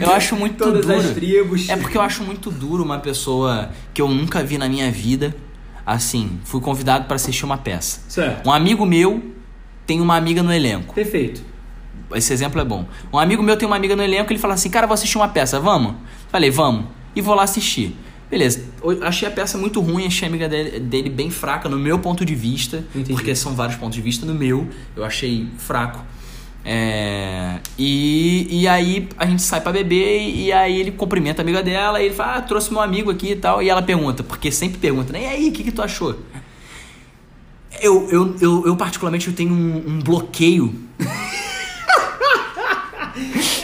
Speaker 1: Eu acho muito
Speaker 3: Todas
Speaker 1: duro.
Speaker 3: as tribos.
Speaker 1: É porque eu acho muito duro uma pessoa que eu nunca vi na minha vida. Assim, fui convidado para assistir uma peça.
Speaker 3: Certo.
Speaker 1: Um amigo meu tem uma amiga no elenco.
Speaker 3: Perfeito.
Speaker 1: Esse exemplo é bom. Um amigo meu tem uma amiga no elenco, ele fala assim: "Cara, vou assistir uma peça, vamos?" Falei: "Vamos." E vou lá assistir. Beleza. Eu achei a peça muito ruim, achei a amiga dele, dele bem fraca no meu ponto de vista,
Speaker 3: Entendi.
Speaker 1: porque são vários pontos de vista no meu, eu achei fraco. É, e, e aí a gente sai pra beber e, e aí ele cumprimenta a amiga dela e ele fala: "Ah, trouxe meu amigo aqui e tal". E ela pergunta, porque sempre pergunta, né? E aí, o que que tu achou? Eu, eu, eu, eu particularmente eu tenho um, um bloqueio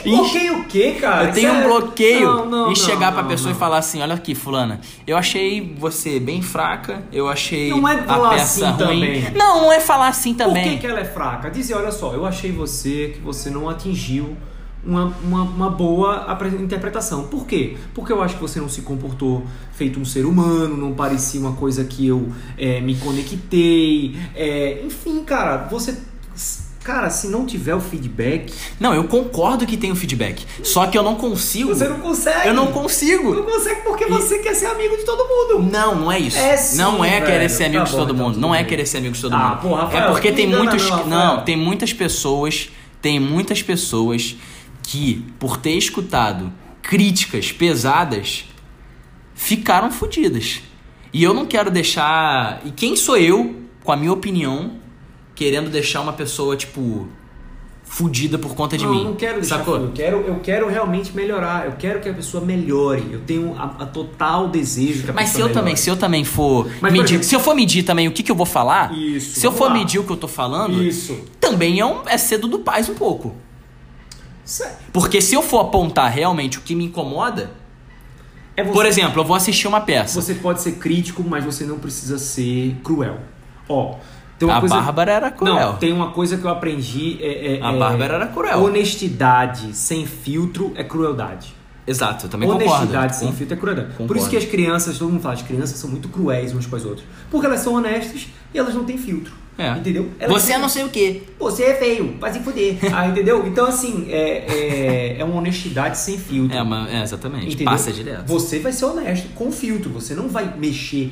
Speaker 3: Bloqueio o quê, cara?
Speaker 1: Eu tenho
Speaker 3: Isso
Speaker 1: um
Speaker 3: é-
Speaker 1: bloqueio
Speaker 3: Não, não,
Speaker 1: em chegar
Speaker 3: não,
Speaker 1: pra
Speaker 3: não,
Speaker 1: pessoa
Speaker 3: não.
Speaker 1: e falar assim: olha aqui, Fulana, eu achei você bem fraca, eu achei
Speaker 3: Não é falar
Speaker 1: a peça
Speaker 3: assim
Speaker 1: ruim.
Speaker 3: também.
Speaker 1: Não, não é falar assim também.
Speaker 3: Por que, que ela é fraca? Dizer, olha só, eu achei você que você não atingiu uma, uma, uma boa apre- interpretação. Por quê? Porque eu acho que você não se comportou feito um ser humano, não parecia uma coisa que eu eh, me conectei. eh, enfim, cara, você. Cara, se não tiver o feedback,
Speaker 1: Não, eu concordo que tem o feedback. Só que eu não consigo.
Speaker 3: você não consegue.
Speaker 1: eu não
Speaker 3: Não
Speaker 1: consigo.
Speaker 3: consegue porque você quer ser amigo de todo mundo.
Speaker 1: Não, não é isso.
Speaker 3: É sim,
Speaker 1: não é querer
Speaker 3: velho.
Speaker 1: ser amigo
Speaker 3: Tá
Speaker 1: de
Speaker 3: bom,
Speaker 1: todo
Speaker 3: então
Speaker 1: mundo.
Speaker 3: tudo
Speaker 1: Não é
Speaker 3: bem.
Speaker 1: querer ser amigo de todo
Speaker 3: Ah,
Speaker 1: mundo.
Speaker 3: pô, Rafael,
Speaker 1: é porque
Speaker 3: não
Speaker 1: tem
Speaker 3: engana
Speaker 1: muitos.
Speaker 3: não, Rafael.
Speaker 1: não, tem muitas pessoas. Tem muitas pessoas que, por ter escutado críticas pesadas, ficaram fodidas. E eu não quero deixar. E quem sou eu, com a minha opinião, querendo deixar uma pessoa, tipo, fudida por conta de
Speaker 3: não,
Speaker 1: mim?
Speaker 3: não quero deixar
Speaker 1: sacou?
Speaker 3: Eu quero, eu quero realmente melhorar. Eu quero que a pessoa melhore. Eu tenho a, a total desejo que a
Speaker 1: Mas se eu
Speaker 3: pessoa
Speaker 1: também,
Speaker 3: melhore.
Speaker 1: se eu também for
Speaker 3: Mas, por
Speaker 1: medir,
Speaker 3: exemplo-
Speaker 1: se eu for medir também o que, que eu vou falar,
Speaker 3: Isso,
Speaker 1: se eu
Speaker 3: vamos
Speaker 1: for
Speaker 3: lá.
Speaker 1: medir o que eu tô falando,
Speaker 3: Isso.
Speaker 1: também é, um, é cedo do paz um pouco.
Speaker 3: Isso
Speaker 1: Porque se eu for apontar realmente o que me incomoda,
Speaker 3: É você,
Speaker 1: por exemplo, eu vou assistir uma peça.
Speaker 3: você pode ser crítico, mas você não precisa ser cruel. Ó, tem uma
Speaker 1: a
Speaker 3: coisa.
Speaker 1: Bárbara era cruel.
Speaker 3: Não, tem uma coisa que eu aprendi. É, é-
Speaker 1: A
Speaker 3: é-
Speaker 1: Bárbara era cruel.
Speaker 3: Honestidade sem filtro é crueldade.
Speaker 1: Exato, eu também
Speaker 3: honestidade
Speaker 1: concordo.
Speaker 3: sem filtro é crueldade. Por
Speaker 1: Concordo.
Speaker 3: isso que as crianças, todo mundo fala, as crianças são muito cruéis umas com as outras. Porque elas são honestas e elas não têm filtro.
Speaker 1: É.
Speaker 3: Entendeu? Elas
Speaker 1: Você é não sei o quê.
Speaker 3: Você é feio, vai se
Speaker 1: (laughs)
Speaker 3: fuder. Ah, entendeu? Então, assim, é, é, é uma honestidade sem filtro.
Speaker 1: É, mas- é, exatamente.
Speaker 3: Entendeu?
Speaker 1: Passa direto.
Speaker 3: Você vai ser honesto, com filtro. Você não vai mexer.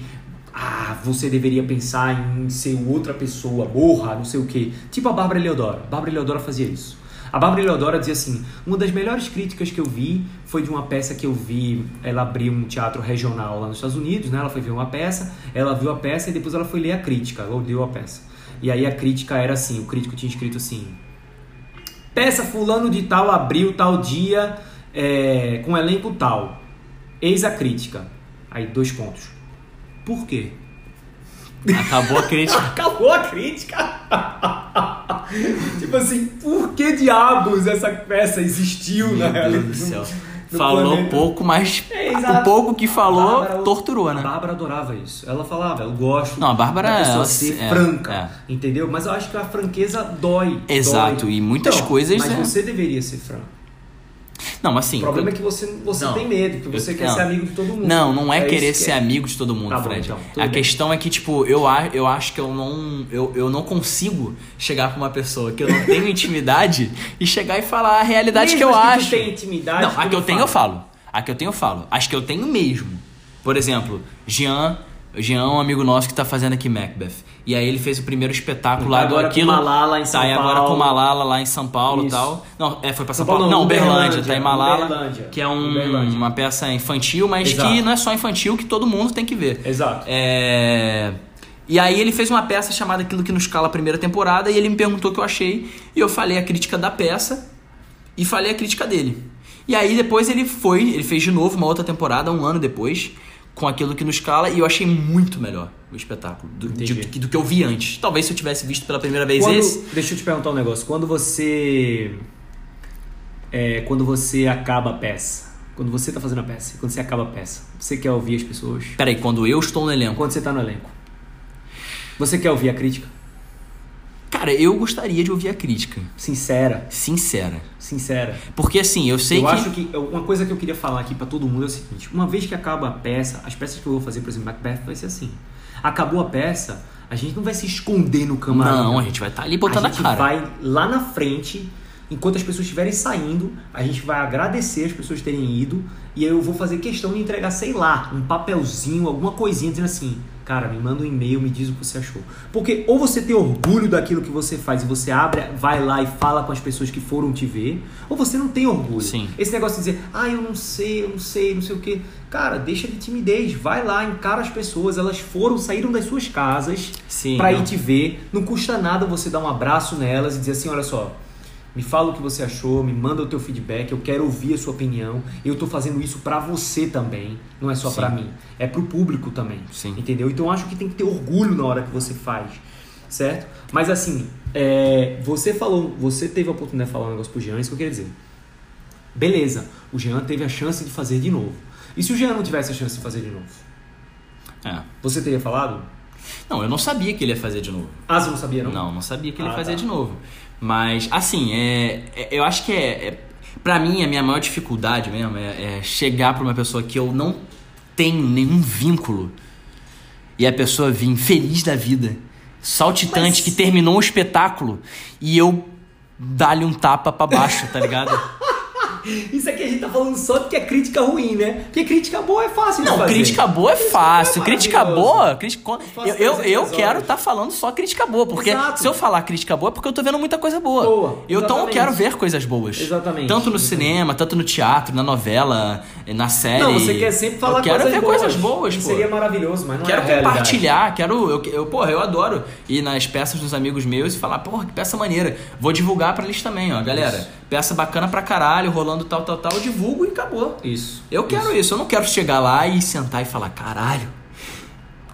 Speaker 3: Ah, você deveria pensar em ser outra pessoa, borra, não sei o quê. Tipo a Bárbara Eleodora. A Bárbara Eleodora fazia isso. A Bárbara Eleodora dizia assim: uma das melhores críticas que eu vi foi de uma peça que eu vi. Ela abriu um teatro regional lá nos Estados Unidos, né? Ela foi ver uma peça, ela viu a peça e depois ela foi ler a crítica, ela leu a peça. E aí a crítica era assim: o crítico tinha escrito assim: Peça fulano de tal abriu tal dia é, com elenco tal. Eis a crítica. Aí dois pontos. Por quê?
Speaker 1: Acabou a
Speaker 3: (laughs)
Speaker 1: crítica.
Speaker 3: Acabou a crítica. (laughs) tipo assim, por que diabos essa peça existiu na
Speaker 1: Meu Deus
Speaker 3: realidade?
Speaker 1: do céu.
Speaker 3: no
Speaker 1: falou
Speaker 3: planeta.
Speaker 1: pouco, mas
Speaker 3: É,
Speaker 1: o
Speaker 3: exato.
Speaker 1: pouco que falou
Speaker 3: A Bárbara-
Speaker 1: torturou, né?
Speaker 3: A Bárbara adorava isso. Ela falava, eu gosto
Speaker 1: Não, a Bárbara,
Speaker 3: da pessoa
Speaker 1: ela
Speaker 3: ser
Speaker 1: se- é,
Speaker 3: franca,
Speaker 1: é.
Speaker 3: entendeu? Mas eu acho que a franqueza dói.
Speaker 1: Exato,
Speaker 3: dói.
Speaker 1: e muitas
Speaker 3: Então,
Speaker 1: coisas,
Speaker 3: Mas
Speaker 1: né?
Speaker 3: você deveria ser franco.
Speaker 1: Não, mas assim.
Speaker 3: O problema é que você, você
Speaker 1: Não.
Speaker 3: tem medo, porque você
Speaker 1: Eu-
Speaker 3: quer
Speaker 1: não.
Speaker 3: ser amigo de todo mundo.
Speaker 1: Não, não é, querer
Speaker 3: isso que
Speaker 1: ser
Speaker 3: é.
Speaker 1: amigo de todo mundo,
Speaker 3: Tá bom,
Speaker 1: Fred.
Speaker 3: então, tudo
Speaker 1: a
Speaker 3: bem.
Speaker 1: questão é que, tipo, eu, a- eu acho que eu não. Eu, eu não consigo chegar pra uma pessoa que eu não tenho (laughs) intimidade e chegar e falar a realidade
Speaker 3: Mesmo
Speaker 1: que eu
Speaker 3: as
Speaker 1: acho.
Speaker 3: Tu tem intimidade,
Speaker 1: não,
Speaker 3: tu
Speaker 1: a que eu tenho eu
Speaker 3: fala.
Speaker 1: falo. A que eu tenho eu falo. Acho que eu tenho mesmo. Por exemplo, Jean. Jean é um amigo nosso que tá fazendo aqui Macbeth. E aí ele fez o primeiro espetáculo
Speaker 3: Tá
Speaker 1: lá do
Speaker 3: agora com
Speaker 1: Aquilo.
Speaker 3: Malala em
Speaker 1: tá
Speaker 3: São
Speaker 1: aí agora
Speaker 3: Paulo.
Speaker 1: com Malala lá em São Paulo e
Speaker 3: Isso.
Speaker 1: tal. Não, é, foi pra São
Speaker 3: São Paulo
Speaker 1: Paulo.
Speaker 3: não,
Speaker 1: não, Uberlândia, tá em
Speaker 3: Uberlândia,
Speaker 1: Malala.
Speaker 3: Uberlândia,
Speaker 1: Que é um-
Speaker 3: Uberlândia.
Speaker 1: uma peça infantil, mas
Speaker 3: Exato.
Speaker 1: que não é só infantil, que todo mundo tem que ver.
Speaker 3: Exato.
Speaker 1: É, E aí ele fez uma peça chamada Aquilo que nos cala a primeira temporada e ele me perguntou o que eu achei e eu falei a crítica da peça e falei a crítica dele. E aí depois ele foi, ele fez de novo uma outra temporada um ano depois com Aquilo que nos cala e eu achei muito melhor o espetáculo do, de-
Speaker 3: Entendi.
Speaker 1: do que eu vi antes. Talvez se eu tivesse visto pela primeira vez
Speaker 3: Quando-
Speaker 1: esse,
Speaker 3: Deixa eu te perguntar um negócio. Quando você. é, quando você acaba a peça. Quando você tá fazendo a peça, quando você acaba a peça, você quer ouvir as pessoas?
Speaker 1: Peraí, quando eu estou no elenco.
Speaker 3: Quando você tá no elenco? Você quer ouvir a crítica?
Speaker 1: Cara, eu gostaria de ouvir a crítica.
Speaker 3: Sincera,
Speaker 1: Sincera.
Speaker 3: sincera.
Speaker 1: Porque assim, eu sei
Speaker 3: eu
Speaker 1: que.
Speaker 3: acho que uma coisa que eu queria falar aqui pra todo mundo é o seguinte: uma vez que acaba a peça, as peças que eu vou fazer, por exemplo, Macbeth, vai ser assim. Acabou a peça, a gente não vai se esconder no camarim.
Speaker 1: Não, a gente vai estar ali botando a,
Speaker 3: gente
Speaker 1: cara.
Speaker 3: vai lá na frente, enquanto as pessoas estiverem saindo, a gente vai agradecer as pessoas terem ido e aí eu vou fazer questão de entregar, sei lá, um papelzinho, alguma coisinha dizendo assim, cara, me manda um e-mail, me diz o que você achou. Porque ou você tem orgulho daquilo que você faz e você abre, vai lá e fala com as pessoas que foram te ver, ou você não tem orgulho.
Speaker 1: Sim.
Speaker 3: Esse negócio de dizer, ah, eu não sei, eu não sei, não sei o quê. Cara, deixa de timidez, vai lá, encara as pessoas, elas foram, saíram das suas casas
Speaker 1: Sim,
Speaker 3: pra
Speaker 1: não.
Speaker 3: ir te ver. Não custa nada você dar um abraço nelas e dizer assim, olha só, me fala o que você achou, me manda o teu feedback, eu quero ouvir a sua opinião. Eu tô fazendo isso pra você também, não é só
Speaker 1: Sim.
Speaker 3: pra mim, é pro público também.
Speaker 1: Sim.
Speaker 3: Entendeu? Então eu acho que tem que ter orgulho na hora que você faz, certo? Mas assim, é, você falou, você teve a oportunidade de falar um negócio pro Jean, isso que eu queria dizer. Beleza, o Jean teve a chance de fazer de novo. E se o Jean não tivesse a chance de fazer de novo?
Speaker 1: É.
Speaker 3: Você teria falado?
Speaker 1: Não, eu não sabia que ele ia fazer de novo.
Speaker 3: Ah, você não sabia, não?
Speaker 1: Não, não sabia que ele
Speaker 3: Ah,
Speaker 1: fazia
Speaker 3: tá.
Speaker 1: de novo. Mas, assim, é, é- eu acho que é, é. Pra mim, a minha maior dificuldade mesmo é, é chegar pra uma pessoa que eu não tenho nenhum vínculo e a pessoa vir feliz da vida, saltitante, que terminou um espetáculo e eu dar-lhe um tapa pra baixo, tá ligado?
Speaker 3: Isso aqui a gente tá falando só porque é crítica ruim, né? Porque crítica boa é fácil de
Speaker 1: Não,
Speaker 3: fazer.
Speaker 1: crítica boa é fácil. Crítica
Speaker 3: maravilhoso.
Speaker 1: boa. Crítica...
Speaker 3: faço
Speaker 1: Eu, eu,
Speaker 3: 300
Speaker 1: eu
Speaker 3: horas.
Speaker 1: quero estar falando só crítica boa, porque
Speaker 3: Exato.
Speaker 1: se eu falar crítica boa é porque eu tô vendo muita coisa boa.
Speaker 3: Boa,
Speaker 1: Eu, então eu
Speaker 3: exatamente.
Speaker 1: quero ver coisas boas.
Speaker 3: Exatamente,
Speaker 1: Tanto no
Speaker 3: exatamente.
Speaker 1: cinema, tanto no teatro, na novela, na série.
Speaker 3: Não, você quer sempre falar
Speaker 1: é eu quero
Speaker 3: coisas
Speaker 1: ver
Speaker 3: boas.
Speaker 1: coisas boas,
Speaker 3: Que
Speaker 1: pô.
Speaker 3: Seria maravilhoso, mas não é
Speaker 1: Quero
Speaker 3: a realidade.
Speaker 1: compartilhar, quero. Eu, eu, porra, eu adoro ir nas peças dos amigos meus e falar, porra, que peça maneira. Vou divulgar pra eles também, ó, galera. Peça bacana pra caralho, rolando tal, tal, tal. Eu divulgo e acabou.
Speaker 3: Isso.
Speaker 1: Eu quero isso. eu não quero chegar lá e sentar e falar, caralho,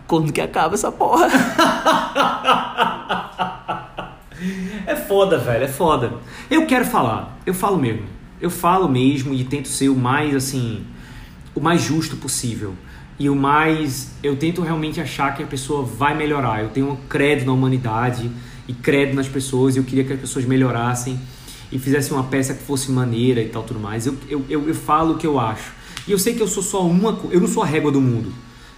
Speaker 1: quando que acaba essa porra?
Speaker 3: (laughs) É foda, velho, é foda. Eu quero falar, eu falo mesmo. Eu falo mesmo e tento ser o mais, assim, o mais justo possível. E o mais. Eu tento realmente achar que a pessoa vai melhorar. Eu tenho um credo na humanidade e credo nas pessoas. Eu queria que as pessoas melhorassem e fizessem uma peça que fosse maneira e tal, tudo mais. Eu, eu, eu, eu falo o que eu acho. E eu sei que eu sou só uma. co- Eu não sou a régua do mundo.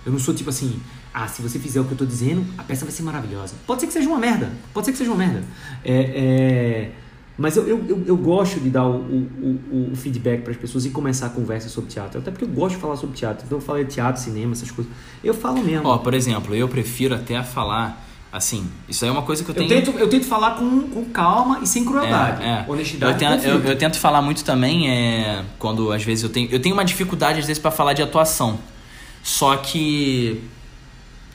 Speaker 3: Eu não sou tipo assim, ah, se você fizer o que eu tô dizendo, a peça vai ser maravilhosa. Pode ser que seja uma merda, pode ser que seja uma merda. É, é, Mas eu, eu, eu, eu gosto de dar o, o, o- o feedback para as pessoas e começar a conversa sobre teatro. Até porque eu gosto de falar sobre teatro. Então eu falo de teatro, cinema, essas coisas. Eu falo mesmo.
Speaker 1: Ó, por exemplo, eu prefiro até falar, assim, isso aí é uma coisa que eu
Speaker 3: eu,
Speaker 1: tenho...
Speaker 3: tento, eu tento falar com, com calma e sem crueldade.
Speaker 1: É, é.
Speaker 3: Honestidade.
Speaker 1: Eu, tenho-
Speaker 3: e conflito.
Speaker 1: eu- eu tento falar muito também é, quando às vezes eu tenho. Eu tenho uma dificuldade, às vezes, pra falar de atuação. Só que.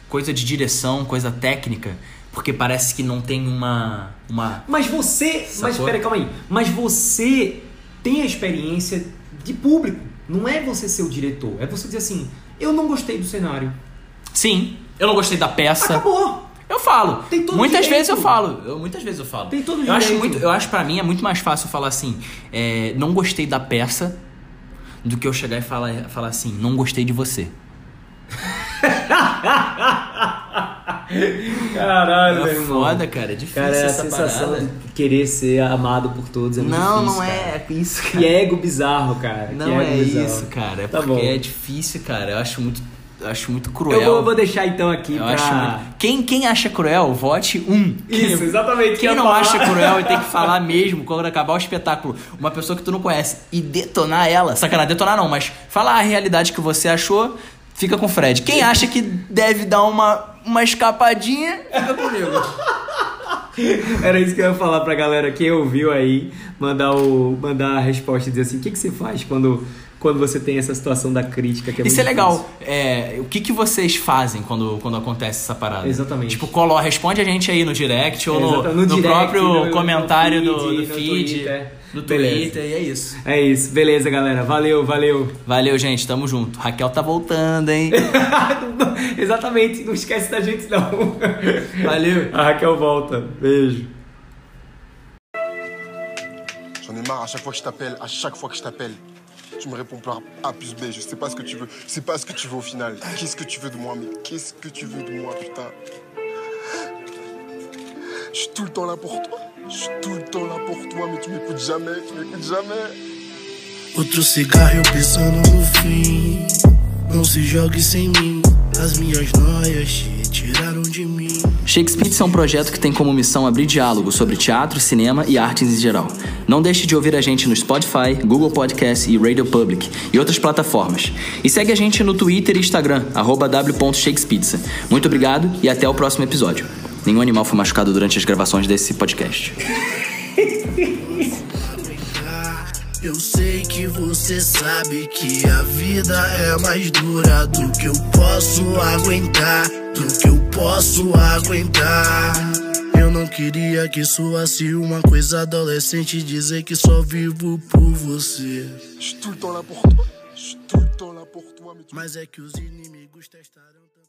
Speaker 1: Coisa de direção, coisa técnica, porque parece que não tem uma. uma...
Speaker 3: Mas você. Mas
Speaker 1: Sacou?
Speaker 3: espera, calma aí. Mas você tem a experiência de público. Não é você ser o diretor. É você dizer assim: eu não gostei do cenário.
Speaker 1: Sim, eu não gostei da peça.
Speaker 3: Acabou.
Speaker 1: Eu falo.
Speaker 3: Tem todo
Speaker 1: muitas
Speaker 3: direito.
Speaker 1: vezes eu falo. Eu, muitas vezes eu falo.
Speaker 3: Tem todo
Speaker 1: eu acho
Speaker 3: direito.
Speaker 1: muito, Eu acho para mim é muito mais fácil eu falar assim, é, não gostei da peça, do que eu chegar e falar, falar assim, não gostei de você.
Speaker 3: Caralho,
Speaker 1: É
Speaker 3: meu irmão.
Speaker 1: foda, cara. É difícil
Speaker 3: Cara, é a
Speaker 1: essa
Speaker 3: sensação
Speaker 1: parada.
Speaker 3: de querer ser amado por todos. É muito
Speaker 1: Não,
Speaker 3: difícil,
Speaker 1: não é
Speaker 3: cara.
Speaker 1: isso, cara.
Speaker 3: Que ego bizarro, cara. Que
Speaker 1: Não
Speaker 3: ego
Speaker 1: é
Speaker 3: bizarro.
Speaker 1: isso, cara. É
Speaker 3: Tá
Speaker 1: porque
Speaker 3: bom.
Speaker 1: é difícil, cara. Eu acho muito, eu acho muito cruel.
Speaker 3: Eu vou, eu vou deixar então aqui
Speaker 1: é um Eu
Speaker 3: pra.
Speaker 1: acho muito- Quem, quem acha cruel, vote um.
Speaker 3: Isso, exatamente.
Speaker 1: Quem
Speaker 3: Eu ia
Speaker 1: não
Speaker 3: falar.
Speaker 1: acha cruel e tem que falar mesmo quando acabar o espetáculo, uma pessoa que tu não conhece e detonar ela, sacanagem, detonar não, mas falar a realidade que você achou, fica com o Fred. Quem acha que deve dar uma, uma escapadinha,
Speaker 3: É
Speaker 1: fica comigo.
Speaker 3: (laughs) Era isso que eu ia falar pra galera que ouviu aí, mandar, o, mandar a resposta e dizer assim: o que, que você faz quando, quando você tem essa situação da crítica que é
Speaker 1: Isso
Speaker 3: muito
Speaker 1: é legal.
Speaker 3: difícil?
Speaker 1: É, o que, que vocês fazem quando, quando acontece essa parada?
Speaker 3: Exatamente.
Speaker 1: Tipo, colo, responde a gente aí no direct ou no,
Speaker 3: Exato,
Speaker 1: no
Speaker 3: direct,
Speaker 1: próprio
Speaker 3: no- no
Speaker 1: comentário do-
Speaker 3: feed,
Speaker 1: do,
Speaker 3: no
Speaker 1: feed,
Speaker 3: Twitter.
Speaker 1: no
Speaker 3: Beleza.
Speaker 1: Twitter, e é isso.
Speaker 3: É isso, beleza, galera. Valeu, valeu.
Speaker 1: Valeu, gente, tamo junto. Raquel tá voltando,
Speaker 3: (laughs)
Speaker 1: hein?
Speaker 3: Exatamente, não esquece da gente, não.
Speaker 1: Valeu.
Speaker 3: A Raquel volta. Beijo.
Speaker 4: J'en ai marre à chaque fois que je t'appelle, à chaque fois que je t'appelle. Tu me réponds par A plus B, je sais pas ce que tu veux, je sais pas ce que tu veux au final. Qu'est-ce que tu veux de moi, mais qu'est-ce que tu veux de moi, putain Je Je suis tout le temps là pour toi. Je suis tout le temps là pour toi, mais tu m'écoutes jamais, tu m'écoutes jamais.
Speaker 2: Outro cigarro eu pensando no fim. Não se jogue sem mim. As minhas noias te tiraram de mim.
Speaker 1: Shakespeare é um projeto que tem como missão abrir diálogo sobre teatro, cinema e artes em geral. Não deixe de ouvir a gente no Spotify, Google Podcast e Radio Public e outras plataformas. E segue a gente no Twitter e Instagram, arroba w.shakespizza. Muito obrigado e até o próximo episódio. Nenhum animal foi machucado durante as gravações desse podcast.
Speaker 2: Eu sei que você sabe que a vida é mais dura do que eu posso aguentar, do que eu posso aguentar. Eu não queria que soasse uma coisa adolescente dizer que só vivo por você.
Speaker 4: Je suis tout le temps là pour toi. Je suis tout le temps là pour toi, mais tu
Speaker 2: Mas é que os inimigos testaram também.